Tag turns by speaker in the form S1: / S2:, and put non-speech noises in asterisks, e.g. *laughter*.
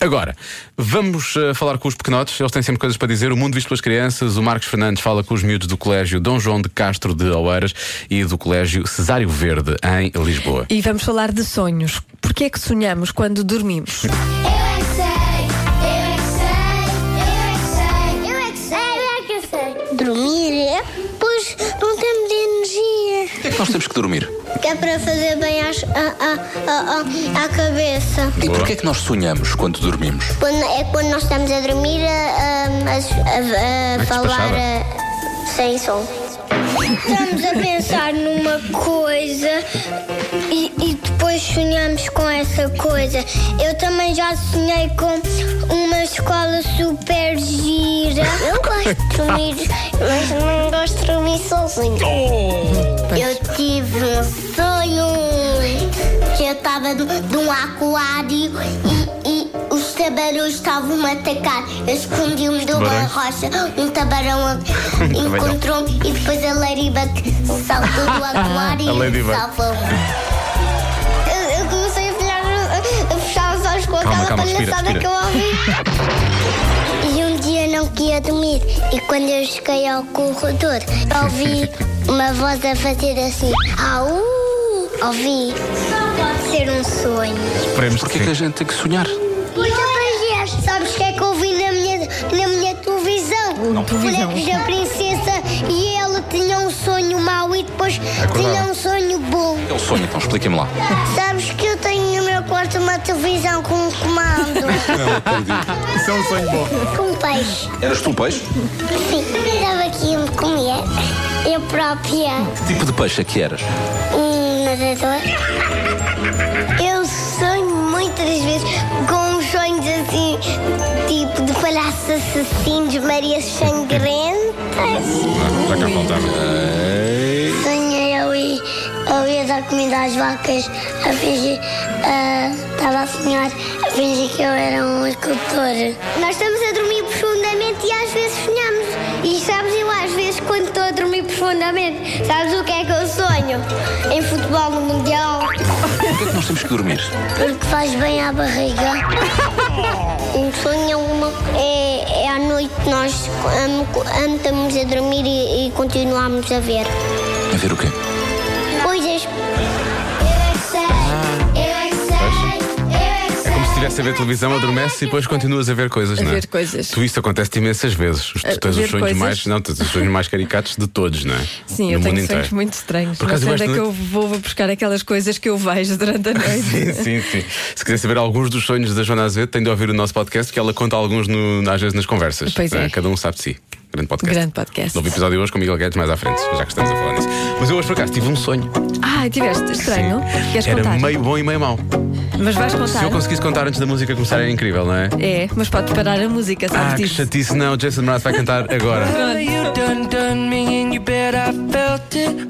S1: Agora, vamos eh, falar com os pequenotes, eles têm sempre coisas para dizer. O mundo visto pelas crianças, o Marcos Fernandes fala com os miúdos do Colégio Dom João de Castro de Oeiras e do Colégio Cesário Verde, em Lisboa.
S2: E vamos falar de sonhos. Porquê é que sonhamos
S1: *laughs*
S2: quando dormimos?
S3: Eu é que sei, eu é que sei, eu é que sei, eu é que sei, eu é que sei, eu é que sei. Dormir é? Pois não temos energia.
S4: que é que nós temos que dormir?
S3: Que é para fazer bem às- a- a- a- a- à cabeça.
S4: E porquê é que nós sonhamos quando dormimos?
S3: Quando, é quando nós estamos a dormir a, a- a- a falar
S1: despachava.
S3: a- sem som. Estamos a pensar numa coisa e, e depois sonhamos com essa coisa. Eu também já sonhei com uma escola super gira. Eu gosto de dormir, *laughs* mas não gosto de dormir sozinho. Eu tive um sonho que eu estava num aquário e, e os tubarões estavam a atacar. Eu escondi-me de uma
S1: Tubarões?
S3: rocha,
S1: *laughs*
S3: um tubarão encontrou-me e depois a Ladybug
S1: *laughs*
S3: saltou do aquário
S1: A
S3: e
S1: Ladybug.
S3: salvou-me. Eu, eu comecei a fechar, a fechar os olhos com
S1: Calma,
S3: aquela
S1: calma, respira,
S3: palhaçada
S1: respira.
S3: que eu ouvi. *laughs* E um dia não queria dormir. E quando eu cheguei ao corredor, ouvi uma voz a fazer assim: Au! Ouvi. Só pode ser um sonho.
S1: Esperemos
S4: Porquê é que a gente tem que sonhar?
S3: Muita prazer. Sabes o que é que eu ouvi na minha, na minha televisão?
S2: Não. Televisão.
S3: Bonecos da princesa e ela tinha um sonho mau e depois tinha um sonho bom.
S4: É um sonho, então expliquem-me lá.
S3: Sabes que eu tenho no meu quarto uma televisão com um comando.
S1: Isso é um sonho bom.
S3: com peixe.
S4: Eras tu um peixe?
S3: Sim, estava aqui a me comer. Eu própria,
S4: Que tipo de peixe é que eras?
S3: um nadador. Eu sonho muitas vezes com uns sonhos assim, tipo de palhaços assassinos, Marias sangrentas.
S1: Já cá faltava.
S3: Sonhei eu ir, eu ia dar comida às vacas, a fingir, ah, estava a sonhar, a fingir que eu era um escultor. Nós estamos a dormir profundamente e às vezes sonhamos. E sabes, eu às vezes quando estou a dormir profundamente, sabes o que é que eu sonho? Em futebol no Mundial.
S4: Porquê é que nós temos que dormir?
S3: Porque faz bem à barriga. *laughs* Um sonho é, uma, é, é à noite nós am- am- estamos a dormir e- e continuamos a ver.
S4: A ver o quê?
S3: Coisas. Eu é que sei, eu é que sei, eu é que sei.
S1: Como se estivesse a ver televisão, adormece e depois continuas a ver coisas,
S2: A
S1: não é?
S2: ver coisas.
S1: Tu isso acontece imensas vezes. Os- Tu
S2: A
S1: tens
S2: ver
S1: os sonhos
S2: coisas.
S1: mais. Não, tu tens os sonhos mais caricatos de todos, não é?
S2: Sim,
S1: No
S2: eu
S1: mundo
S2: tenho
S1: inteiro.
S2: sonhos *laughs* muito estranhos.
S1: Por
S2: Não
S1: acaso,
S2: sei
S1: eu
S2: onde é
S1: gosto
S2: que eu
S1: muito-
S2: vou vou buscar aquelas coisas que eu vejo durante a noite.
S1: *laughs* Sim, sim, sim. Se quiser saber alguns dos sonhos da Joana Azevedo, tem de ouvir o nosso podcast, que ela conta alguns no- às vezes nas conversas.
S2: Pois é.
S1: Né? Cada um sabe de si. Grande podcast.
S2: Grande podcast.
S1: Novo episódio hoje com Miguel Guedes mais à frente, já que estamos a falar nisso. Mas eu hoje, por acaso, tive um sonho.
S2: Ah, tiveste estranho?
S1: Sim.
S2: Queres
S1: Era
S2: contar?
S1: meio bom e meio mau.
S2: Mas vais contar?
S1: Se eu conseguisse contar antes da música começar, era incrível, não é?
S2: É, mas pode parar a música, sabes
S1: Ah, que
S2: disso?
S1: chatice, não. Jason Mraz vai cantar agora.
S2: Pronto.
S5: you done done me and you bet I felt it.